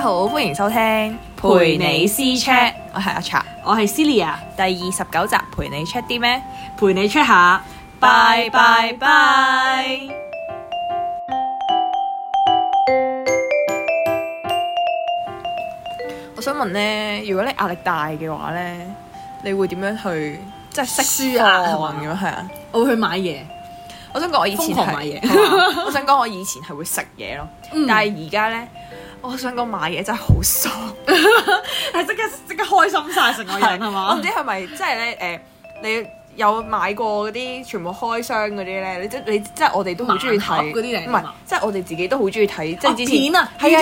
好，歡迎收聽陪你私 chat 我係阿茶，我係 Celia，第二十九集陪你 check 啲咩？陪你 check 下，拜拜拜。我想問咧，如果你壓力大嘅話咧，你會點樣去即係釋舒壓係放嘛咁樣係啊？我會去買嘢，我想講我以前瘋狂買係嘢，係嘛我想講我以前係會食嘢咯，嗯但係而家咧，我想講買嘢真係好爽， 係即刻即刻開心晒成個人係我唔嘛知？係咪即係咧誒，你有買過嗰啲全部開箱嗰啲咧？你即你即係我哋都好中意盲盒睇嗰啲嚟㗎唔係嘛即係我哋自己都好中意睇，即哦係之前片啊係啊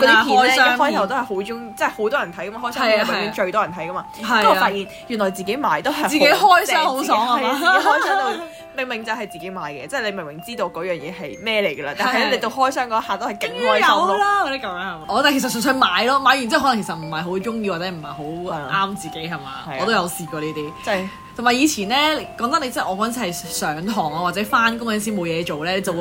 YouTube 嗰啲片嗰啊啲片咧，開一箱片開頭都係好中，即係好多人睇咁嘛開箱係片係啊永係啊遠最多人睇噶嘛。係啊跟住我發現原來自己買都係自己開箱好爽啊係啊嘛自己開箱到 明明就係自己買嘅，即係你明明知道嗰樣嘢係咩嚟㗎啦，但係咧係你到開箱嗰一刻都係勁終於開心有咯。啦，嗰啲咁樣係嘛？我哋其實純粹買咯，買完之後可能其實唔係好中意或者唔係係啊好啱自己係嘛係啊？我都有試過呢啲。即係同埋以前咧，講真，你真係我嗰陣時係上堂啊，或者翻工嗰陣時冇嘢做咧，你就會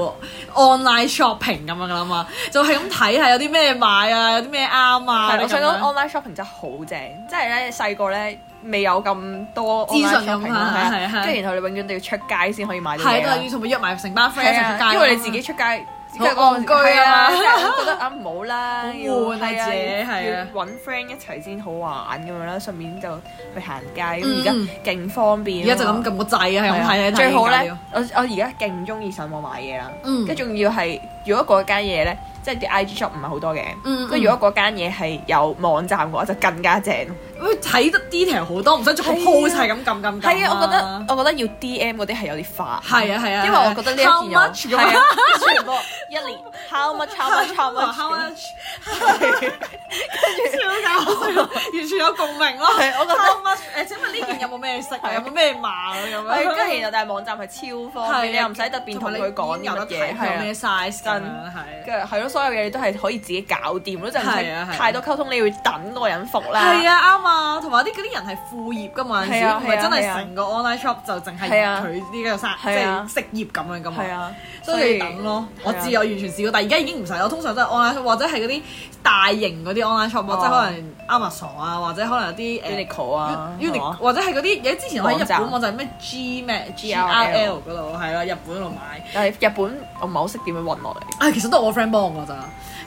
online shopping 咁樣噶啦嘛，就係咁睇下有啲咩買啊，有啲咩啱啊。係，我想講咁樣 online shopping 真係好正，即係咧細個咧未有咁多 online 資訊咁 shopping 啊啦係啊係係跟住然後你永遠都要出街先可以買到係啊嘢都啦係要同佢約埋成班 friend 一係齊出街啊，啊，因為你自己出街。好即係嗰個戇居啊係即係我覺得啊唔好啦，好悶啊要係自己啊，係要啊揾 friend 一齊先好玩咁樣啦，順便就去行街。咁嗯而家嗯勁方便啊而嘛，家就咁撳個掣啊，係係咁啊睇睇睇。最好咧搞掂，我我而家勁中意上網買嘢啦，嗯跟住仲要係如果嗰間嘢咧，即係啲 I G shop 唔係好多嘅，嗯跟住如果嗰間嘢係有網站嘅話，就更加正。會睇得 detail 好多，唔使逐個係啊 post 係咁撳撳撳。係啊，我覺得我覺得要 D M 嗰啲係有啲化，係啊係啊，因為我覺得呢一件 How 嘢 much 咁係樣啊，全部一年 how much how much how much How 咁 much？係超搞笑，完全有共鳴咯。係我啊覺得 How much？誒，請問呢件有冇咩色啊？係有冇咩碼啊？咁係樣跟住然後但係網站係超方便，你又唔使特別同佢講啲有乜得嘢，睇係佢啊有咩 size 咁真樣係。啊跟住係咯，所有嘢你都係可以自己搞掂咯，就唔係啊係使啊太多溝通，你要等嗰個人服啦。係啊，啱啊，同埋啲嗰啲人係副業噶嘛，有陣係啊時唔係真係啊係成個 online shop 就淨係係啊佢呢個生即係啊係職業咁樣噶嘛係。啊，所以等咯，我知係啊我完全試過，但而家已經唔使啦。我通常都係 online shop，或者係嗰啲大型嗰啲 online shop，哦即係可能 Amazon 啊，或者可能有啲誒 Uniqlo 啊 Uni- 係嘛或者係嗰啲嘢。之前我喺日網站本網站咩 G 咩 G R GRL L 嗰度，係啦，日本嗰度買。但係日本我唔係好識點樣運落嚟。啊，其實都係我 friend 幫我㗎咋。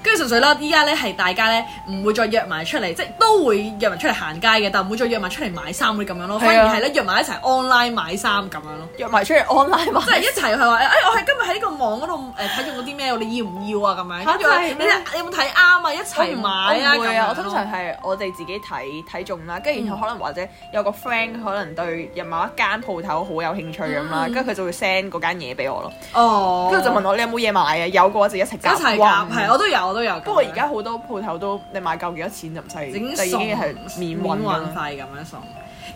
跟住純粹啦，依家咧係大家咧唔會再約埋出嚟，即係都會約埋出嚟行街嘅，但唔會再約埋出嚟買衫嗰啲咁樣係啊咯。反而係咧約埋一齊 online 買衫咁樣咯。約埋出嚟 online 買即。係一齊係話，誒、哎，我係今日喺呢個網嗰度誒睇中嗰啲咩，你要唔要啊？咁樣，嚇跟住我真係咩你你有冇睇啱啊？一齊買啊！我唔咁會樣啊！咯我通常係我哋自己睇睇中啦，跟住然後可能或者有個 friend 可能對入某一間鋪頭好有興趣咁啦，嗯跟住佢就會 send 嗰間嘢俾我咯，哦，跟住就問我你有冇嘢買啊？有嘅話就一齊一夾齊哇夾，係我都有，我都有咁樣。不過而家好多鋪頭都你買夠幾多錢就唔使，整就已經係免運㗎運啊啦。費咁樣送。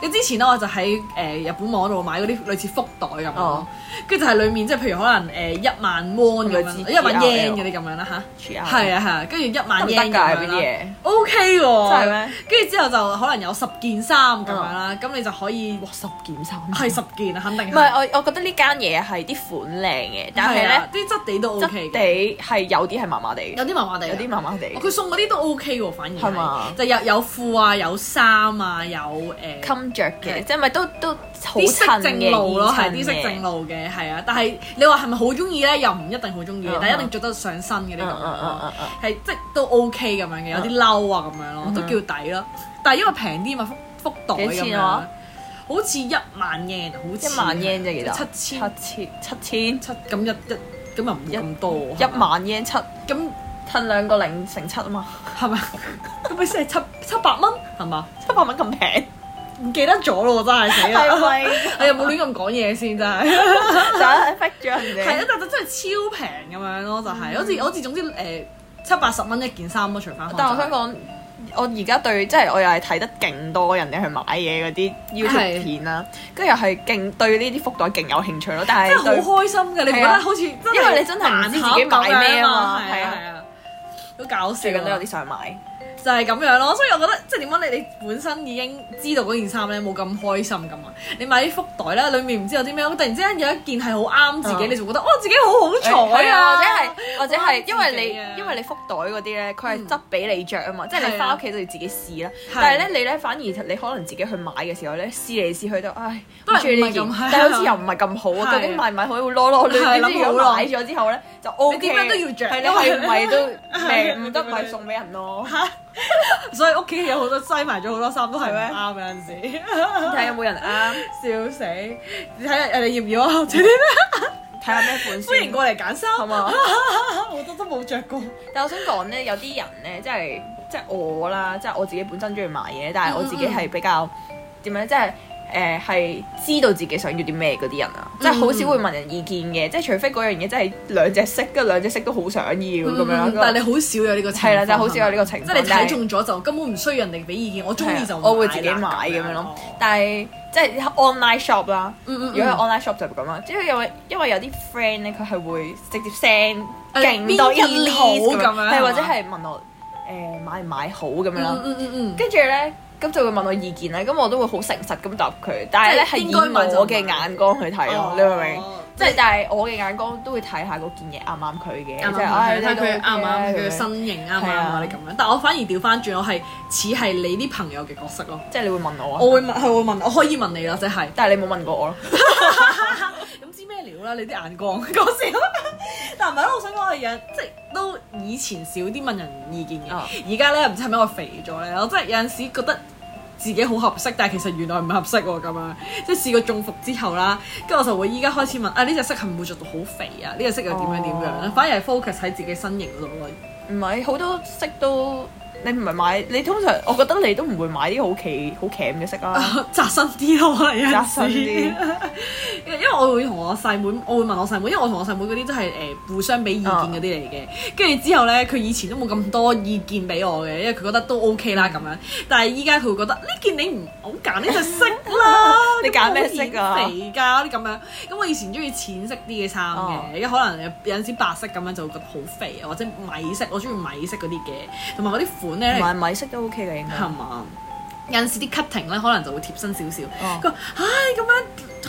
咁之前咧，我就喺誒、呃日本網度買嗰啲類似福袋咁樣哦咯，跟住、就係裡面即係譬如可能誒一萬 won 咁類似樣，一萬 GRL yen 嗰啲咁樣啦吓， GRL 係啊係啊，跟住一得唔萬得 yen 咁㗎嗰樣啲啦嘢？ ，O K 喎，真係咩？跟住之後就可能有十件衫咁樣啦，咁你就可以哇！十件衫係十件啊，肯定唔係我我覺得呢間嘢係啲款靚嘅，但係係啊咧啲質地都 O 質 K 嘅，地係有啲係麻麻地嘅有，啲麻麻地，有啲麻麻地哦。佢送嗰啲都 O K 喎，反而係嘛就有有褲啊，有衫啊，有誒。襟着嘅，係即係咪都都好啲色襯正嘅，路咯，係易襯啲色嘅正路嘅，係啊。但係你話係咪好中意咧？又唔一定好中意嗯嘅，但係一定着得上身嘅呢嗯嗯嗯嗯嗯個，係即係都 OK 咁樣嘅，有啲哦褸啊咁樣咯，都叫抵咯。但係因為平啲嘛，福福袋幾咁錢樣啊，好似一萬 yen，好似啊一萬 yen 啫，幾多？七千七千七千七咁一一咁又唔會咁多啊喎一萬 yen 七，咁褪兩個零乘七啊嘛，係咪？咁咪先係七 七百蚊係嘛？七百蚊咁平，唔記得咗咯，真係啊死係啦！ 咪？哎你有冇亂咁講嘢先真係？就係 f 咗人係啊哋。，但就真係超平咁樣咯，就嗯係好似好似總之誒七八十蚊一件衫咯，除翻。但我想講，我而家對即係我又係睇得勁多人哋去買嘢嗰啲 YouTube 係片啦，跟住又係勁對呢啲福袋勁有興趣咯，但真係係對好開心嘅，你唔覺係啊得好似因因為你真係唔知自己買咩啊嘛係係啊啊係啊，好搞笑最啊。近都有啲想買，就係咁樣咯，所以我覺得即係點講，你你本身已經知道嗰件衫咧冇咁開心噶嘛，你買啲福袋咧，裡面唔知有啲咩，突然之間有一件係好啱自己，嗯你就覺得哦自己好好彩係啊，或者係或者好啱係自己因為啊你因為你福袋嗰啲咧，佢係執俾你着啊嘛，即係係啊你翻屋企都要自己試啦。係但係咧你咧反而你可能自己去買嘅時候咧，試嚟試去都唉，都係唔中意呢件唔係咁係啊，但係好似又唔係咁好啊。係啊究竟買唔買好會囉囉係攣，諗跟住如好果耐買咗之後咧就 O 點 K，樣都要着係你因為係咪都係誒唔得咪送俾 人咯？所以屋企有好多擠埋咗好多衫都係唔啱有陣時， 睇下有冇人啱，笑死！你睇下人哋要唔要啊？整啲咩？睇下咩款歡迎先，過嚟揀衫，好 嘛？好多都冇着過。但我想講咧，有啲人咧，即係即係我啦，即係我自己本身中意買嘢，但嗯係我自己係比較點樣，即係誒係知道自己想要啲咩嗰啲人嗯啊，即係好少會問人意見嘅，即係除非嗰樣嘢真係兩隻色，跟住兩隻色都好想要咁啊樣啦。嗯但係你好少有呢個情況，係啦就好少有呢個情況即係你但睇係中咗就根本唔需要人哋俾意見，我中意就係啊我會買自己啦買咁樣咯。哦但係即係 online shop 啦，嗯嗯嗯如果係 online shop 就咁啦。即係因為因為有啲 friend 咧，佢係會直接 send 誒勁多邊件 invoice 好咁樣係或係者嘛係問我誒買唔買好咁樣啦嗯。嗯嗯嗯，跟住咧，咁就會問我意見咧，咁我都會好誠實咁答佢，但係咧係即係應以該買就我嘅買眼光去睇咯，啊哦你明唔明？即係係但係我嘅眼光都會睇下嗰件嘢啱唔啱佢啱嘅，唔即係啱唉睇佢啱唔啱佢嘅，呢身形啱唔啱係啊啊你咁樣，但我反而調翻轉，我係似係你啲朋友嘅角色都咯。OK 即係你會問我啊，我會問，係會問，我可以問你啦，即係。但係你冇問過我咯，咁知咩料啦？你啲眼光 講笑，但唔係咯，我想講我有即係都以前少啲問人意見啊嘅，而家咧唔知係咪我肥咗咧，我真係有陣時覺得自己好合適，但係其實原來唔合適喎咁樣，即係試過中伏之後啦，跟住我就會依家開始問啊呢隻色係咪會着到好肥啊？呢隻色又點樣點樣咧哦？反而係 focus 喺自己身形嗰度咯。 唔係好多色都。你唔係買，你通常我覺得你都唔會買啲好奇好鉗嘅色 啦，扎身啲咯，可能有陣扎時身啲，因為因為我會同我細妹，我會問我細妹，因為我同我細妹嗰啲都係誒互相俾意見嗰啲嚟嘅。跟住之後咧，佢以前都冇咁多意見俾我嘅，因為佢覺得都 OK 啦咁樣。但係依家佢會覺得呢件你唔好揀呢隻色啦 你揀咩色啊咁好顯肥㗎啲咁樣。咁我以前中意淺色啲嘅衫哦嘅，因為可能有有陣時白色咁樣就會覺得好肥啊，或者米色，我中意米色嗰啲嘅，同埋嗰啲款咧同。埋米色都 OK 嘅應係該。嘛？有陣時啲 cutting 咧，可能就會貼身少少。嗯哦佢話：唉，咁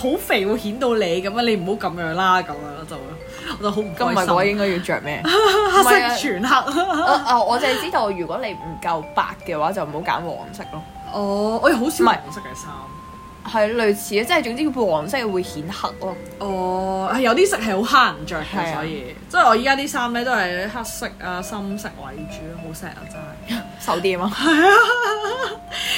樣好肥會顯到你咁樣，啊你唔好咁樣啦，咁樣咯就會我就好唔咁唔係嘅話開心。應該要着 咩？ 黑色全黑。我啊我就係知道，如果你唔夠白嘅話，就唔好揀黃色咯。哦，我又好少唔買係黃色嘅衫。係類似嘅，即係總之黃色會顯黑咯。哦，係有啲色係好黑人着係嘅，啊所以即係我依家啲衫咧都係黑色啊、深色為主，好 sad 啊真 係。手啲啊嘛，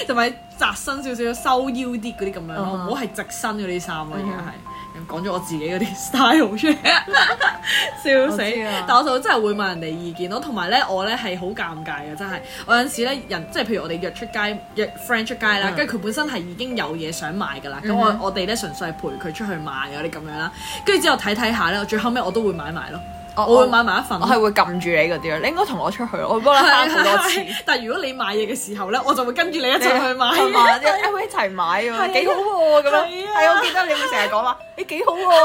同埋窄身少少、收腰啲嗰啲咁樣咯，嗯唔好係直身嗰啲衫咯，而嗯家係講咗我自己嗰啲 style 出嚟， 笑我知死啊！但我就真係會問人哋意見咯，同埋咧我咧係好尷尬嘅，真係我有陣時咧人即係譬如我哋約出街約 friend 出街啦，嗯跟住佢本身係已經有嘢想買㗎啦，咁嗯我哼我哋咧純粹係陪佢出去買嗰啲咁樣啦，跟住之後睇睇下咧，我最後尾我都會買埋咯，我我會買埋一份哦我。係會撳住你嗰啲咯。你應該同我出去，我會幫啊你慳好多次。係 但係如果你買嘢嘅時候咧，我就會跟住你一一齊去買。嘛？即係哎一齊買啊係啊喎，幾好喎咁樣。係啊係啊，我記得你會成日講話，你幾好 喎。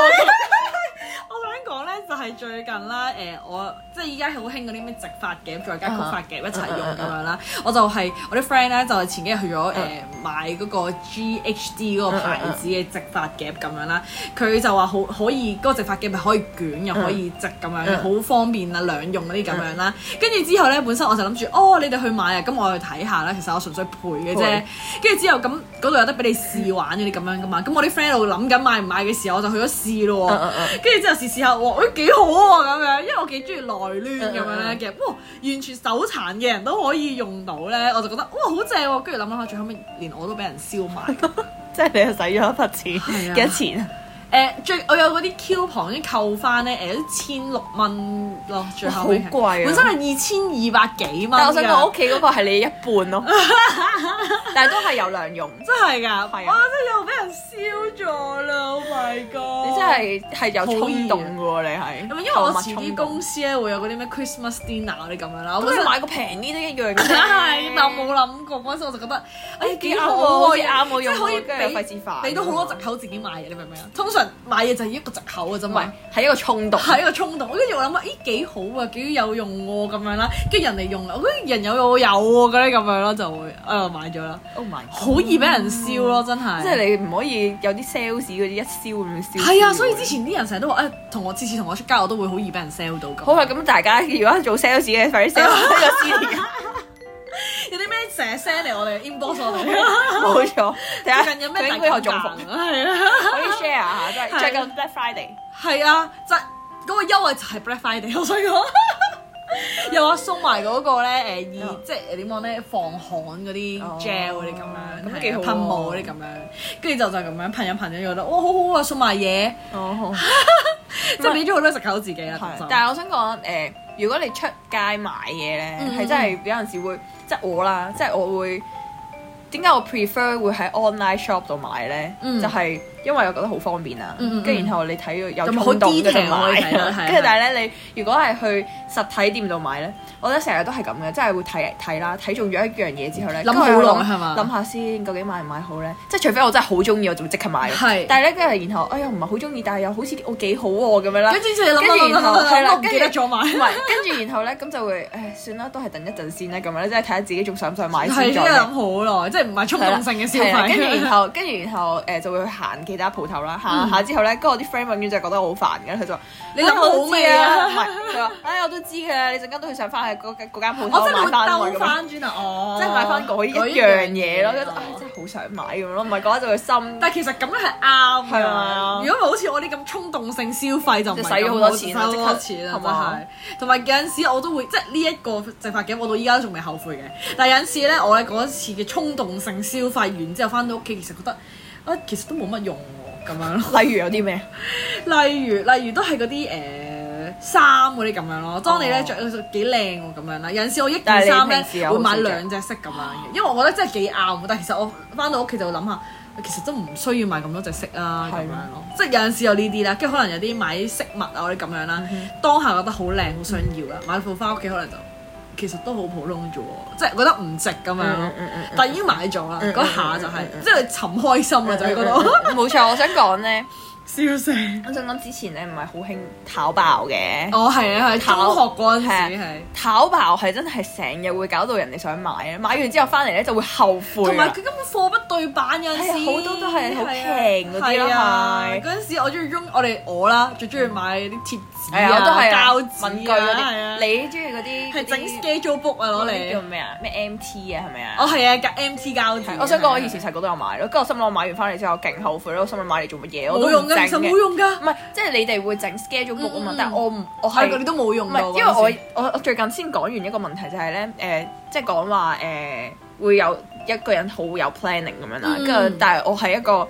我想講咧，就係、最近啦，誒、我即係依家好興嗰啲咩直髮夾再加曲髮夾一齊用咁樣啦。我就係、我啲 friend 咧，就係前幾日去咗誒、買嗰個 GHD 嗰個牌子嘅直髮夾咁樣啦。佢就話好可以嗰、個直髮夾咪可以捲又可以直咁樣，好、嗯方便啊兩用嗰啲咁樣啦。跟住之後咧，本身我就諗住哦，你哋去買啊，咁我去睇下啦。其實我純粹陪嘅啫陪。跟住之後咁嗰度有得俾你試玩嗰啲咁樣噶嘛。咁我啲 friend 喺度諗緊買唔買嘅時候，我就去咗試咯喎嗯嗯嗯跟住之後試試下，哇！誒幾好喎咁樣，因為我幾中意內攣咁樣嗯嗯咧嘅，哇！完全手殘嘅人都可以用到咧，我就覺得哇好正喎！跟住諗諗下，最後尾連我都俾人燒 埋。即係你係使咗一筆係啊錢，幾多錢 啊？誒最我有嗰啲 coupon 已經扣翻咧，誒千六蚊咯，最後尾係哇好貴啊本身係二千二百幾蚊㗎，但我想講，我屋企嗰個係你一半 咯，但係都係有兩用。真係㗎，我真係啊係又俾人燒咗啦！Oh my god！你真係係有衝動嘅喎，你係。啊咁因為我遲購物啲衝動公司咧會有嗰啲咩 Christmas dinner 嗰啲咁樣啦，我咁本你身買個平啲都一樣嘅啫。 係，但我冇諗過嗰陣時，我就覺得，哎幾幾好好喎喎，啱我即係用可以喎跟住又俾費事煩俾到好多藉口自己買嘢，你明唔明啊？通常陣買嘢就係一個藉口嘅啫唔嘛係。係一個衝動，係一個衝動，跟住我諗啊，咦幾好啊，幾有用喎、咁樣啦，跟住人哋用啊，我覺得人有用我有喎嗰啲咁樣咯，就會啊買咗啦， Oh my，God 好易俾人燒咯，真係。嗯啊即係你唔可以有啲 sales 嗰啲一燒咁樣燒。係啊，所以之前啲人成日都話誒，同我次次同我出街，我都會好易俾人 sell 到咁。好啊啦，咁大家如果做 sales 嘅，快啲 sell 呢有啲咩成日 send 嚟我哋 inbox 我 哋，個 CD，冇錯。睇下最近有咩究大竟有中減伏，價啊？係啊，可以 share 下，真係係最近 Black Friday 係啊，就係嗰個優惠就係 Black Friday，我 想講。又話送埋嗰個咧誒，二嗯即係點講咧，防汗嗰啲哦 gel 嗰啲咁樣，咁幾好喎係啊噴霧嗰啲咁樣，跟住就就咁樣噴一噴咗，覺得哇好好啊，送埋嘢，哦。即係俾咗好多食口自己啦。咁係就但係我想講誒、如果你出街買嘢咧，嗯係、真係有陣時會，即係我啦，即係我會點解我 prefer 會喺 online shop 度買咧？嗯就係因為我覺得好方便啊，嗯嗯嗯跟住、然後你睇到有咁咪好衝動嘅就 detail 可以買 睇到係啊，跟住但係咧你如果係去實體店度買咧，我覺得成日都係咁嘅，即係會睇睇啦，睇中咗一樣嘢之後咧，諗跟住我好諗耐係嘛諗下先，究竟買唔買好咧？即係除非我真係好中意，我就會即刻買。係但係咧跟住然後，哎呀唔係好中意，但係又好似我幾好喎咁樣啦跟。住就諗跟住諗諗然後諗係諗啦諗，唔記得咗買。唔係，跟住然後咧，咁就會，唉，算啦，都係等一陣先啦，咁樣咧，即係睇下自己仲想唔想買係先真再係買。諗好耐，即係唔係衝動性嘅消係啦啊費。跟住然後，跟住然後，誒就會去行其他鋪頭啦，行下之後咧，跟住我啲 friend 永遠就覺得我好煩嘅，佢就話：你諗哎我都好知未啊？啊唔係，佢話：唉，我都知嘅，你陣間都要上翻去嗰間嗰間鋪頭 我真買係會翻喎兜咁樣翻轉頭，哦，即係買翻嗰一樣嘢咯，跟住就唉，真係好想買咁樣咯，唔係嗰下就會心但係其實咁樣係啱係啊㗎，如果唔係好似我啲咁衝動性消費就唔係即係咁使咗好多錢啊使咗好多即刻錢係啊，真嘛係。同埋有陣時我都會即係呢一個直髮嘅，我到依家都仲未後悔嘅。但係有陣時咧，我咧嗰一次嘅衝動性消費完之後，翻到屋企其實覺得啊，其實都冇乜用喎咁樣咯。例如有啲咩？例如例如都係嗰啲誒衫嗰啲咁樣咯，當你咧哦着到幾靚喎咁樣啦，有陣時我一但係你件衫咧平時有好會買少着兩隻色咁樣嘅，因為我覺得真係幾啱，但係其實我翻到屋企就會諗下。呃其實都唔需要買咁多隻色啊，咁係樣咯，即係有陣時有呢啲啦，跟住可能有啲買飾物啊嗰啲咁樣嗯啦，當下覺得好靚，好想要啦，買副翻屋企可能就其實都好普通啫喎，即係覺得唔值咁樣咯嗯嗯嗯，但已經買咗啦，嗯嗰下就嗯嗯係即係尋開心啊啦，就喺嗰 度，冇錯，我想講咧，笑死！我想講之前咧唔係好興淘爆嘅。哦，係啊，係中考學嗰陣時係啊係，淘爆係真係成日會搞到人哋想買啊，買完之後翻嚟咧就會後悔同埋啊。佢根本貨不對版有陣時，係好多都係好平嗰啲咯係啊係嗰陣時我中意用我哋我啦，最中意買啲貼係紙啊，我都係啊膠紙啊文具嗰係啊啲，你中意嗰啲係整嗰啲 schedule book 啊攞嗰啲叫嚟。咩啊？咩 MT 啊，係咪哦，啊？係啊，夾 MT 膠紙。我想講我以前細個都有買咯，跟住我心諗我買完翻嚟之後勁後悔咯，我心諗買嚟做乜嘢？我都冇唔用㗎，其整實冇用㗎唔，係，即係你哋會整 schedule book 啊嘛嗯，嗯但係我唔，我係係嗰啲都冇用唔到係，因為我我我最近先講完一個問題就係、咧，誒、即係講話誒會有一個人好有 planning 咁樣啦，嗯跟住、但係我係一個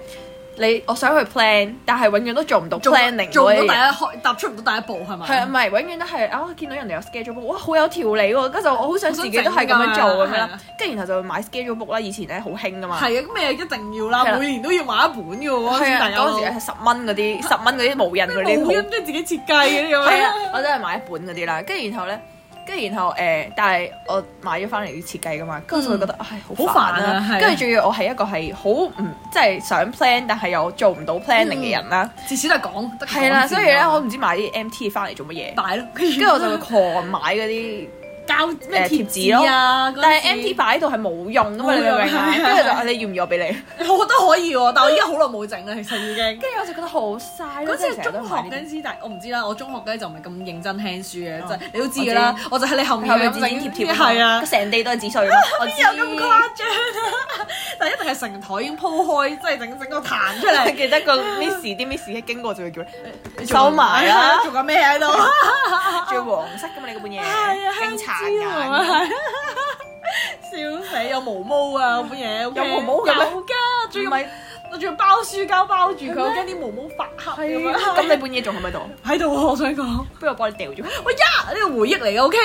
你我想去 plan，但係永遠都做唔到做 planning 做嗰啲唔嘢。到第一開，踏出唔到第一步係咪？係啊，唔係永遠都係啊！見到人哋有 schedule book，哇，好有條理喎！跟住我好想自己都係咁樣做咁樣好想整㗎係啦啊，跟住然後就會買 schedule book 啦。以前咧好興噶嘛，係啊，咁你一定要啦係，啦每年都要買一本㗎喎，係啊，大家都嗰陣時係十蚊嗰啲，十蚊嗰啲無印嗰啲冇好人都自己設計嘅咁係啊樣。， 我真係買一本嗰啲啦，跟住然後咧，跟住然後誒、呃但係我買咗翻嚟要設計噶嘛，跟住就會覺得唉嗯好煩好煩啊係啦啊，跟住仲要我係一個係好唔即係想 plan 但係又做唔到 planning 嘅人啦，至少都係講得講嗯係啦，先所以咧啊我唔知買啲 MT 翻嚟做乜嘢，擺咯，跟跟住我就會狂買嗰啲，膠咩誒貼貼紙紙咯啊，嗰陣但係時 MT 擺喺度係冇用噶嘛，冇你明唔明啊？用跟住就話你要唔要我俾你？我覺得可以喎，但我依家好耐冇整啦，其 實已經。跟住我就覺得好嘥嗰咯，次即係係成日都中學買嗰呢啲陣時，但係我唔知啦。我中學嗰陣就唔係咁認真聽書嘅，哦即係你都知㗎啦。我就喺你後面係咪咁指整尖貼貼？係啊，成地都係紙碎咯，我 知邊有咁誇張啊？ 但係一定係成台已經鋪開，即係整整個壇出嚟。記得個 miss 啲 miss 一經過就會叫你你 收做緊埋啊啦，做緊咩喺度？ 仲要黃色噶嘛你嗰本嘢，係啊，勁殘眼，眼。 笑死！有毛毛啊，嗰本嘢 OK 有毛毛嘅咩有㗎，最唔緊係，我仲要包書膠包住佢，係咩我驚啲毛毛發黑咁係樣。啊咁你本嘢仲喺咪度？喺度啊！我想講，不如我幫你掉咗。喂呀，呢個回憶嚟嘅，OK。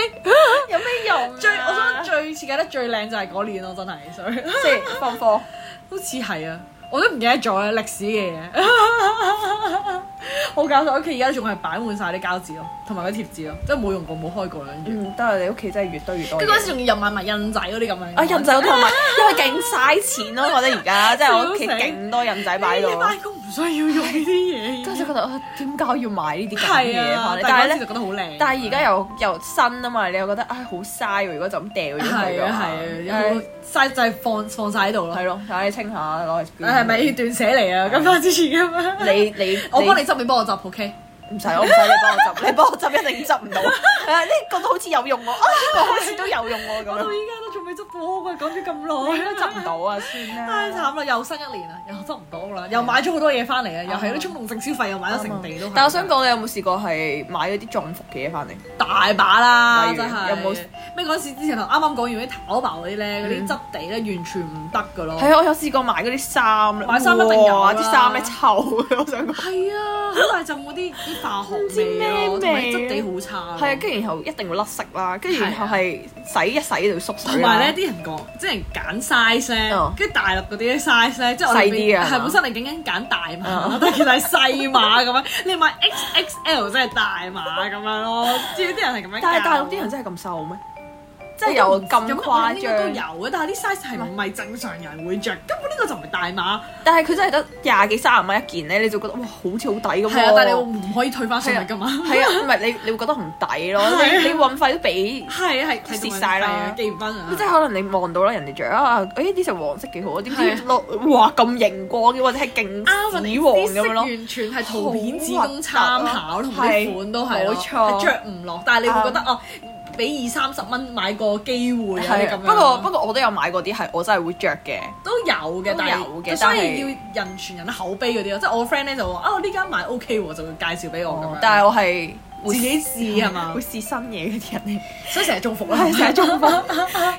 有咩用最最我我想 想最最設計得最靚就係嗰年咯，真係，sorry，即係放課好似係啊，我都唔記得咗啦，歷史嘅嘢。 好搞笑！我屋企而家仲係擺滿晒啲膠紙咯，同埋嗰啲貼紙咯，即係冇用過冇開過兩樣。嗯，都係你屋企真係越堆越多嘢。跟住嗰陣時仲要印埋埋印仔嗰啲咁樣。啊印仔我同 埋，因為勁嘥錢咯，我覺得而家即係我屋企笑死勁多印仔擺啊你到，翻工唔需要用呢啲嘢。跟住覺得啊點解我要買呢啲咁嘅係嘢啊翻嚟？，但但係咧係咧就。覺得好靚。但係而家又又新啊嘛，你又覺得唉好嘥喎！如果就咁掉咗佢係嘅啊話，係啊，有晒就係放放晒喺度咯唉係。咯，等你清下攞嚟。係咪要？斷捨離啊？咁翻之前咁樣。你你 我幫你執，你幫我執，OK？唔使，我唔使你幫我執，你幫我執一定執唔到。 誒，呢個都好似有用喎，啊呢個好似都有用喎咁我到樣，依家都仲未執到，我講咗我咁應耐該執唔到啊，算太啦。慘啦！又新一年啊啦，又執唔到啦，又買咗好多嘢翻嚟啊，又係啲衝動性消費，又買咗成地都係。但我想講，你有冇試過係買嗰啲中伏嘅嘢翻嚟？大把啦，例如真係有冇咩嗰陣時之前啱啱講完嗰啲淘寶嗰啲咧，嗰啲質地咧完全唔得噶 咯。係啊，我有試過買嗰啲衫啦，買衫一定有哇啦啲衫咧臭 嘅，我想講。係啊，好大陣嗰啲啲化學味咯，唔知咩味同埋質地好差咯。係啊，跟住然後一定會甩色啦，跟住然後係啊係洗一洗就縮水啦。同埋咧，啲人講即係揀 size 咧嗯，跟住大陸嗰啲 size 咧，即係我哋細啲啊係係嘛本身你緊緊揀大碼嗯，但係其實係細碼咁樣，你買 XXL 真係大碼咁樣咯。至於啲人係咁樣，啊但係大陸啲人真係咁瘦咩？即係我有都唔知咁我應誇該都張，哦有嘅，啊但係啲 size 係唔係正常人會着？根本呢個就唔係大碼。但係佢真係得廿幾三十蚊一件咧，你就覺得哇好似好抵咁喎。係啊，但係你唔可以退翻上嚟㗎嘛？係啊，唔係你你會覺得唔抵咯，係啊你你運費都俾。係啊係，係蝕晒啦係啊記唔翻啊！ 即係可能你望到啦，人哋着啊，誒呢隻黃色幾好啊，點係知啊落哇咁熒光嘅，或者係勁啱啊！紫黃咁樣咯。啲色完全係圖片只供參考，同埋啲款都係咯，啊冇錯啊係着唔落。但係你會覺得哦，俾二三十蚊買個機會啊，係咁樣。不過不過我都有買過啲係我真係會着嘅，都有嘅，都但有係嘅所但以係要人傳人口碑嗰啲咯。即係我個 friend 咧就話啊，我呢間買 OK 喎，就會介紹俾我咁樣。哦但係我係會自己試係 嘛會，嗯試新嘢嗰啲人 嚟。所以成日中伏我啦，係成日中風，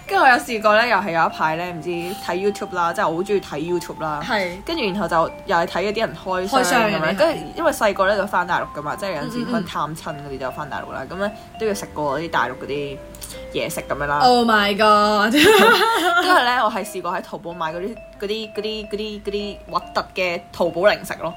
跟住我有試過咧，又係有一排咧，唔知睇 YouTube 啦，即係我好中意睇 YouTube 啦。係跟住然後就又係睇嗰啲人開箱開箱咁嘅樣，你跟住因為細個咧就翻大陸噶嘛，即係有陣時嗯嗯可能探親嗰啲就翻大陸啦，咁咧都要食過啲大陸嗰啲嘢食咁樣啦。 Oh my god！跟住咧我係試過喺淘寶買嗰啲嗰啲嗰啲嗰啲嗰啲核突嘅淘寶零食咯，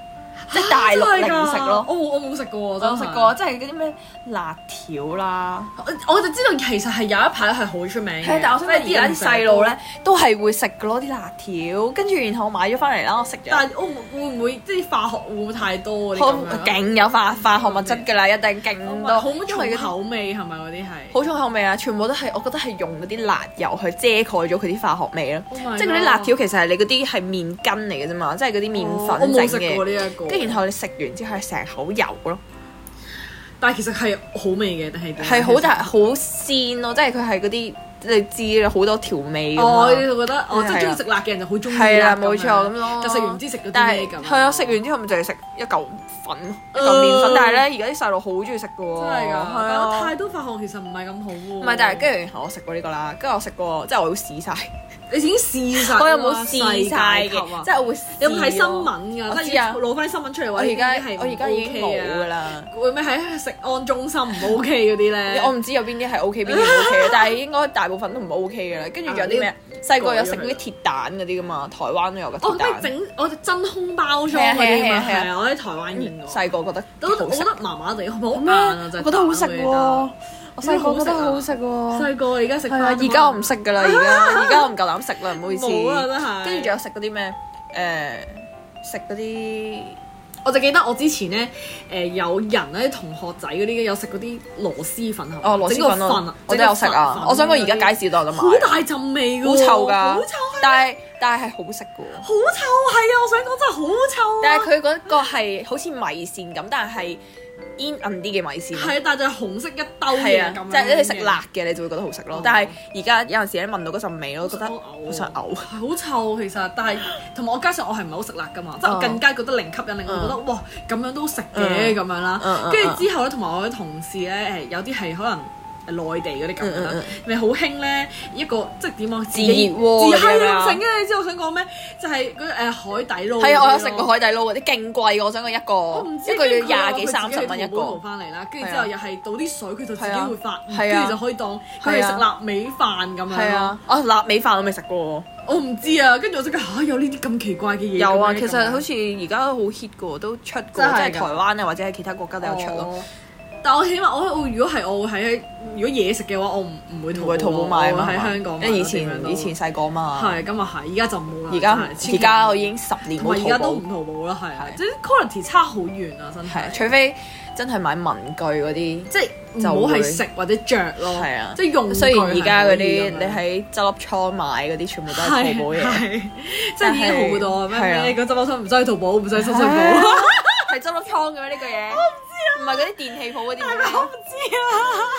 即係大 陸真係㗎零食咯。Oh 我冇我冇食過喎，我真有係食過，即係嗰啲咩辣條啦。我我就知道其實係有一排係好出名嘅係，但係我想講而即係家人啲細路咧都係會食嘅咯啲辣條，跟住然後我買咗翻嚟啦，我食咗，但係我會唔會即係化學會唔會太多嗰好啲咁樣？勁有化化學物質㗎啦，一定勁多，好唔好因為重嗰啲口味係咪嗰啲係？好重口味啊！全部都係我覺得係用嗰啲辣油去遮蓋咗佢啲化學味咯 Oh my，即係嗰啲辣 God 條其實係你嗰啲係麵筋嚟嘅啫嘛，即係嗰啲麵哦我粉整冇食嘅。過呢一個，哦跟住然後你食完之後係成口油咯，但係其實係好味嘅，但係點係好。大好鮮咯，即係佢係嗰啲你知啦，好多調味㗎嘛我哦就覺得，我真係啊係中意食辣嘅人就好中意係啦，啦，冇錯咁咯。就食完唔知食咗啲但咩係咁。係啊，食完之後咪就係食一嚿粉，一嚿麵粉。呃但係咧，而家啲細路好中意食嘅喎。真係㗎，哦係但我啊太。多化學其實唔係咁好喎。唔係，但係跟住然後我食過呢個啦，跟住我食過，即係我會試晒，你已經試晒啦，我有冇試晒嘅？世界級啊即係我會試咯。你有冇睇新聞我㗎？即知啊係攞翻啲新聞出嚟我話而呢啲家係唔我而家已經 OK 冇啊㗎啦。會咩喺食安中心唔 OK 嗰啲 咧？我唔知有邊啲係 OK，邊啲唔 OK 嘅，但係應該大部分都唔 OK 嘅啦。跟住仲有啲咩？細啊個有食嗰啲鐵蛋嗰啲㗎嘛，台灣都有嘅鐵哦咩蛋。整我真空包裝嗰啲係嘛啊係啊係啊嗯係啊，我喺台灣見過，細個覺得都好我覺食，得麻麻地，好唔好硬咩啊？真係我覺得好食喎，我細個覺得好好食食喎。細個而家食係翻啊，而家我唔識噶 啦，而家而家我唔夠膽食啦，唔好意思。冇啊，真係。跟住仲有食嗰啲咩？誒，食嗰啲我就記得我之前咧，誒有人咧同學仔嗰啲有食嗰啲螺絲粉係咪哦螺整個絲粉粉我我都有食啊。我想講而家解街市都有得賣，好大陣味㗎喎，好臭㗎，哦好臭係但係但係係好食嘅喎。好臭係啊！我想講真係好臭啊！但係佢嗰個係好似米線咁，但係煙韌啲嘅米線咯。係，啊但係就係紅色一兜係嘢啊咁樣，即係你食嘅辣嘅，你就會覺得好食咯哦。但係而家有陣時咧聞到嗰陣味咯，覺得好想嘔好想啊嘔。係好臭其實，但係同埋我加上我係唔係好食辣噶嘛，即係我嗯更加覺得零吸引力，我覺得哇咁樣都食嘅嗯咁樣嗯啦嗯。跟住之後咧，同埋我啲同事咧誒有啲係可能。內地嗰啲咁樣嗯嗯啦嗯，咪好興咧一個即係點啊？自熱鍋自係咁樣啊！啊整啊！你知我想講咩？就係嗰誒海底撈。係啊，我有食過。海底撈嗰啲，勁貴嘅，我想講一我唔個知一個要跟住佢話廿幾佢三自己十去蚊一淘寶淘個。翻嚟啦，跟住係之啊後又係倒啲水，佢就自己係啊會發熱，係啊跟住就可以當佢係係啊啊食臘味飯咁樣咯。係啊，啊臘味飯我未食過喎，我唔知啊，跟住我即刻嚇有呢啲咁奇怪嘅嘢嘅咩。有啊，其咁樣實好似而家都好 hit 嘅喎，都出過，即真係㗎係台灣啊或者係其他國家都有出咯。哦。但我起碼我我如果係我會喺如果嘢食嘅話，我唔唔會唔會淘寶咯買啊我嘛，會係哦喺嘛香港買咯。因為以點樣前都以前細個嘛，係咁啊係，而家就冇啦。而家真係千而祈家我已經十年同埋而冇家淘寶都唔，淘寶啦，係啊係即係 quality 差好遠啊，真係係。除非真係買文具嗰啲。即係唔就好會係食或者着咯，係啊即係用具雖然而家嗰啲係可以咁樣你喺執笠倉買嗰啲，全部都係係淘寶嘢，係係即係已經好多咩但係係啊啊咩個執包箱唔使去淘寶，唔 使 深水唉埗。執笠倉嘅咩呢個嘢？我唔知啊，唔係嗰啲電器鋪嗰啲咩我唔知啊！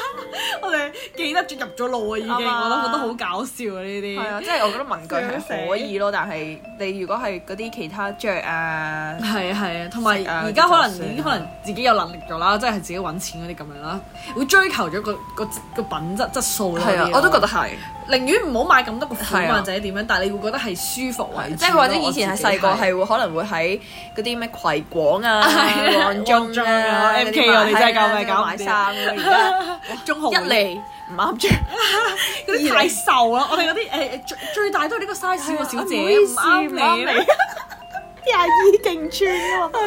我哋記得咗入咗腦啊，已經，我啱啊覺得好搞笑啊呢係啊，啲。即係我覺得文具係可以咯，但係你如果係嗰啲其他着啊，係啊係啊，同埋食啊而家可能就算啊已經可能自己有能力咗啦，即係自己揾錢嗰啲咁樣啦，會追求咗個個個品質質素啦。係啊嗰啲，咯我都覺得係。寧願唔好買咁多個係款啊或者點樣，但係你會覺得係舒服啊為主咯即係或者以前係細個。我自己係會可能會喺嗰啲咩葵廣啊、 係啊旺中旺中啊啊、嗰 MK 啲買我哋真係搞係啊咩搞唔掂買衫啊而家中學一嚟唔啱着，嗰啲太瘦啦，我哋嗰啲誒誒最最大都係呢個 size 喎，小姐唔係啊啱唔好意你思唔啱，啲阿姨勁穿啊嘛。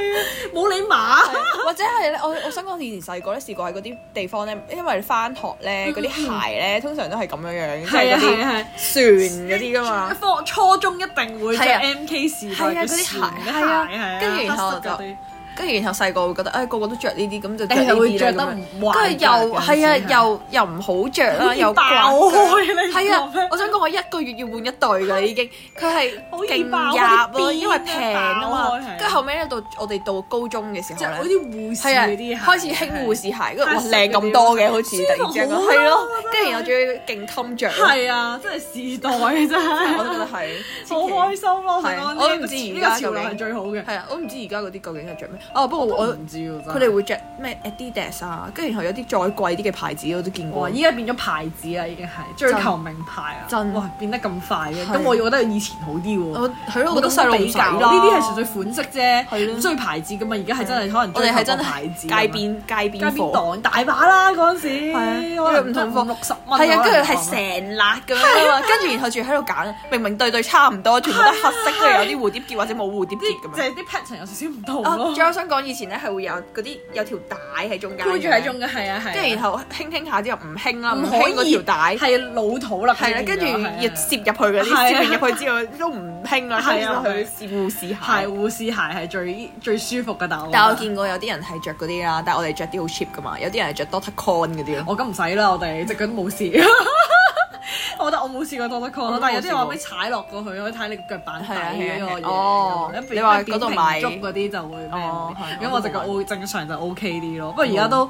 冇你碼。 或者係咧，我我想講以前細個咧試過喺嗰啲地方咧，因為翻學咧嗰啲鞋咧通常都係咁樣樣，即嗯係係嗰啊啲係啊係。船嗰啲噶 嘛。放初中一定會着啊係啊 M K 時代係啊嘅嗰啲船嘅鞋鞋係啊係啊跟住然後黑色就嗰啲跟住然後細個會覺得，誒個個都着呢啲，咁就你係哎會會着着得唔跟壞住又係啊，又又唔好着好啦，似又爆刮腳開你係啊講咩！我想講我一個月要換一對㗎啦，已經佢係好易勁爆夾嗰啲邊咯，因為平啊啊爆嘛開係。跟住後尾咧到我哋到高中嘅時即係候好似咧，護士係啊嗰啲鞋，開始興護士鞋，跟住哇黑色嗰啲靚咁多嘅，好似突然之間舒服好啊多係咯，真跟住係然後仲要勁襟着，係啊，真係時 代啊真我都覺得係。係好開心咯！係啊想講呢我都唔個知呢而個家潮流究係竟最好嘅。係啊！我唔知而家嗰啲究竟係着咩哦，不過我我唔知喎，佢哋會着咩 Adidas 啊，跟住然後有啲再貴啲嘅牌子我都見過哇！。依家變咗牌子啦，已經係追求名牌啊！真哇，變得咁快嘅，係咁我覺得以前好啲喎。我係咯，我我覺得細路唔比使較啦。呢啲係純粹款係式啫，咯唔需要牌子噶嘛。而家係真係可能我哋係真追求個係牌子街咁樣邊街邊街邊檔，檔大把啦嗰陣時，係啊可能因為唔同五貨六十蚊，係啊，可跟能住係成辣咁樣啊嘛，跟住然後仲要喺度揀，明明對對差唔多，全部都係黑色，跟住有啲蝴蝶結或者冇蝴蝶結咁即樣。係啲 pattern 有少少唔同啊，咯仲，有我想講以前咧係會有嗰啲有條帶喺中間，哦箍住喺中，嘅係啊係啊，跟住然後輕輕下之後唔輕啦，啊唔唔可可以以嗰條帶。係啊老土啦，係啦，跟住變咗要係啊攝入去嗰啲，係啊攝入去之後都唔興啦，跟係住啊就去試護士係鞋。護士鞋係最最舒服嘅，但我但我見過有啲人係着嗰啲啦，但係我哋着啲好 cheap 噶嘛，有啲人係着 Doctor Con 嗰啲咯。我咁唔使啦，我哋隻腳都冇事。 我覺得我冇試過多得 con 我咯都冇，但係有啲人話試過咩踩落過去可以睇你腳板底係啊係啊嗰個嘢係啊哦咁樣，你話嗰度買一邊平足嗰啲就會咩唔哦係掂？咁我隻腳我都 O 正常就 OK 啲咯，不哦過而家都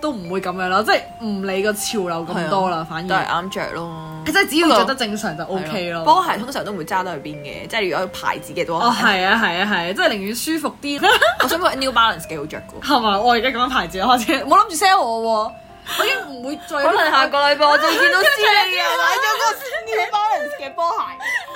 都唔會咁樣啦，即係唔理個潮流咁多啦，反都係而啱着咯。即係只要着得正常就係 OK 咯。波鞋通常都唔會揸到去邊嘅，即係如果有牌子嘅都哦，係。係啊，係啊，係啊，即係寧願舒服啲，我想講 New Balance 幾好着嘅。係嘛？我而家咁樣牌子開始，冇諗住 sell 我喎，我已經唔會 再可能下個禮拜我就見 到知你啊，買咗個 New Balance 嘅波鞋。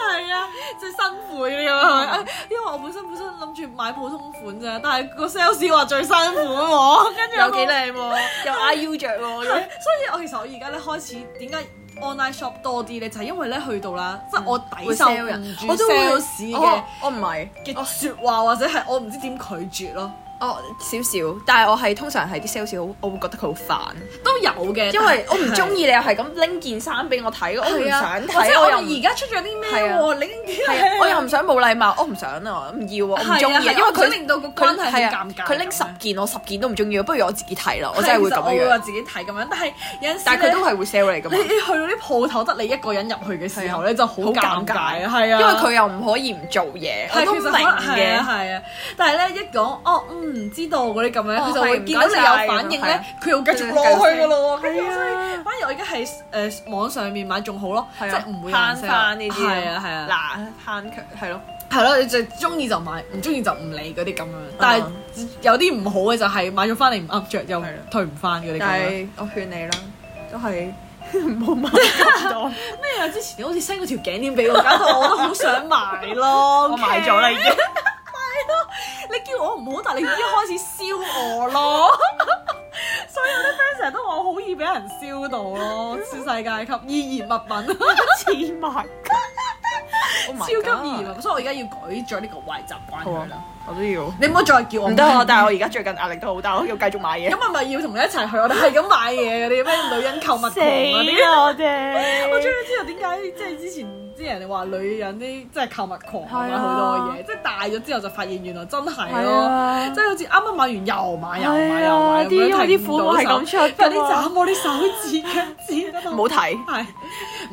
係啊，最辛苦嘅啊！嗯因為我本身本身諗住買普通款啫，但係個 sales 話最辛苦喎， 跟住我有幾靚喎， 有 IU 着喎。係咁所以我其實我而家咧開始點解 online shop 多啲咧，就係因為咧去到啦，即係我抵嗯會受 sell 唔人，住我都會 sales 嘅我我唔係，嘅説話，或者係我唔知點拒絕咯，我少少，但係我係通常係啲 sales 好，我會覺得佢好煩，都有 嘅，因為我唔中意。意你又係咁拎件衫俾我睇，我唔啊係啊想或睇，者我我又唔哋而家出咗啲咩係啊喎？你已經係啊，我又唔想冇禮貌，我唔想啊，唔要啊，我唔中意係啊，啊因為我唔想佢令到個佢關係好係啊尷尬佢拎十件，我十件都唔中意，不如我自己睇啦，我真係會咁我會樣話樣。自己睇咁樣，但係有陣時但係佢都咧係會啊 sell 你噶你嘛，你去到啲鋪頭得你一個人入去嘅時候係啊咧，就好好尷尷尬尬啊，係啊，因為佢又唔可以唔做嘢，我係都其明實可能係啊嘅。係啊，但係咧一講哦嗯唔知道嗰啲咁樣，哦佢就會係見到你唔該晒有反應係咧啊，佢又繼續落去噶咯喎，跟住所以反而我而家係誒網上面買仲好咯，即係啊係唔會有人慳 sell 翻呢啲，係啊係啊，嗱慳佢係咯，係咯，你就中意就買，唔中意就唔理嗰啲咁樣。哦但係有啲唔好嘅就係買咗翻嚟唔啱着，又係啊退唔翻嗰啲咁但樣。係我勸你啦，都係 唔 好買咁多，咩啊？之前你好似 send 嗰條頸鏈俾我，搞到我都好想買咯。 我買咗啦已經。你叫我唔好，但係你已經開始燒我咯。 所以我啲 friend 成日都話我好易俾人燒到咯，全世界級易燃物品。 黐埋， Oh my 超 god 級易啊！所以我而家要改咗呢個壞習慣好佢啊啦。，我都要。你唔好再叫我唔得 啊！但係我而家最近壓力都好大，我要繼續 買嘢。咁我咪要同你一齊去，我哋係咁買嘢嗰啲咩女人購物狂嗰啲。啦我哋我終於知道點解即係之前啲人哋話女人啲即係購物狂係買啊好多嘢，即係大咗之後就發現原來真係係啊咯，即係好似啱啱買完又買又買係啊又買咁啲樣，啲款我係咁出㗎快啲嘛斬我啲手指腳趾得唔好睇係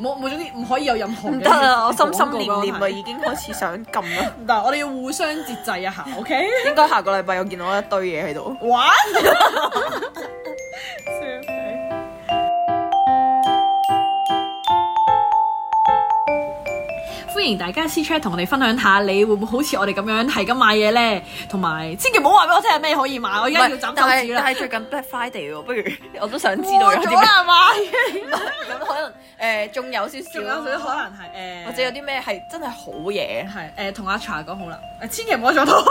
冇冇咗啲唔可以有任何嘅唔得啊！我心心念廣念告啊，啊已經開始想撳啦。 但啊係我哋要互相節制一下，OK？應該下個禮拜又見到一堆嘢喺度。玩。 歡迎大家私 chat 同我哋分享下，你會唔會好似我哋咁樣係咁買嘢咧？同埋千祈唔好話俾我聽係咩可以買，我而家要斬手指啦。係最近 Black Friday 喎，不如 我都想過咗啦買，咁可能誒仲有少少，仲有少少啊可能係誒，呃或者有啲咩係真係好嘢，係誒，同阿茶講好啦，誒千祈唔好再 同我講。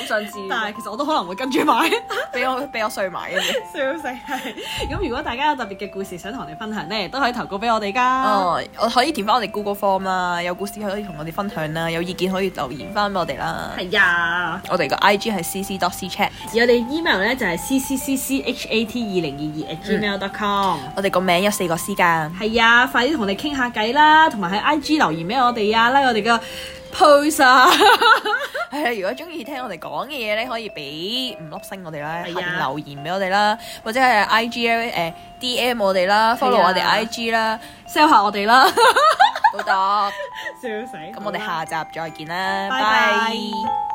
好想知。但係其實我都可能會跟住買。俾我俾我碎埋嘅嘢。 笑死係！咁如果大家有特別嘅故事想同我哋分享咧，都可以投稿俾我哋噶。哦，我可以填翻我哋 Google Form 啦，有故事可以同我哋分享啦，有意見可以留言翻俾我哋啦。係啊，我哋個 I G 係 C C dot C chat，而我哋 email 咧就係 c c c c h a t 二零二二 at gmail dot com。我哋個名有四個 C 㗎。係啊，快啲同我哋傾下偈啦，同埋喺 IG 留言俾我哋啊，拉我哋嘅 post 啊。係啊，如果中意聽我哋講嘅嘢咧，可以俾五粒星我哋啦，係啊下面留言俾我哋啦，或者係 I G 咧誒 D M 我哋啦，follow 啊我哋 I G 啦， sell 下我哋啦，都得。咁笑死！咁我哋下集再見啦，拜拜拜。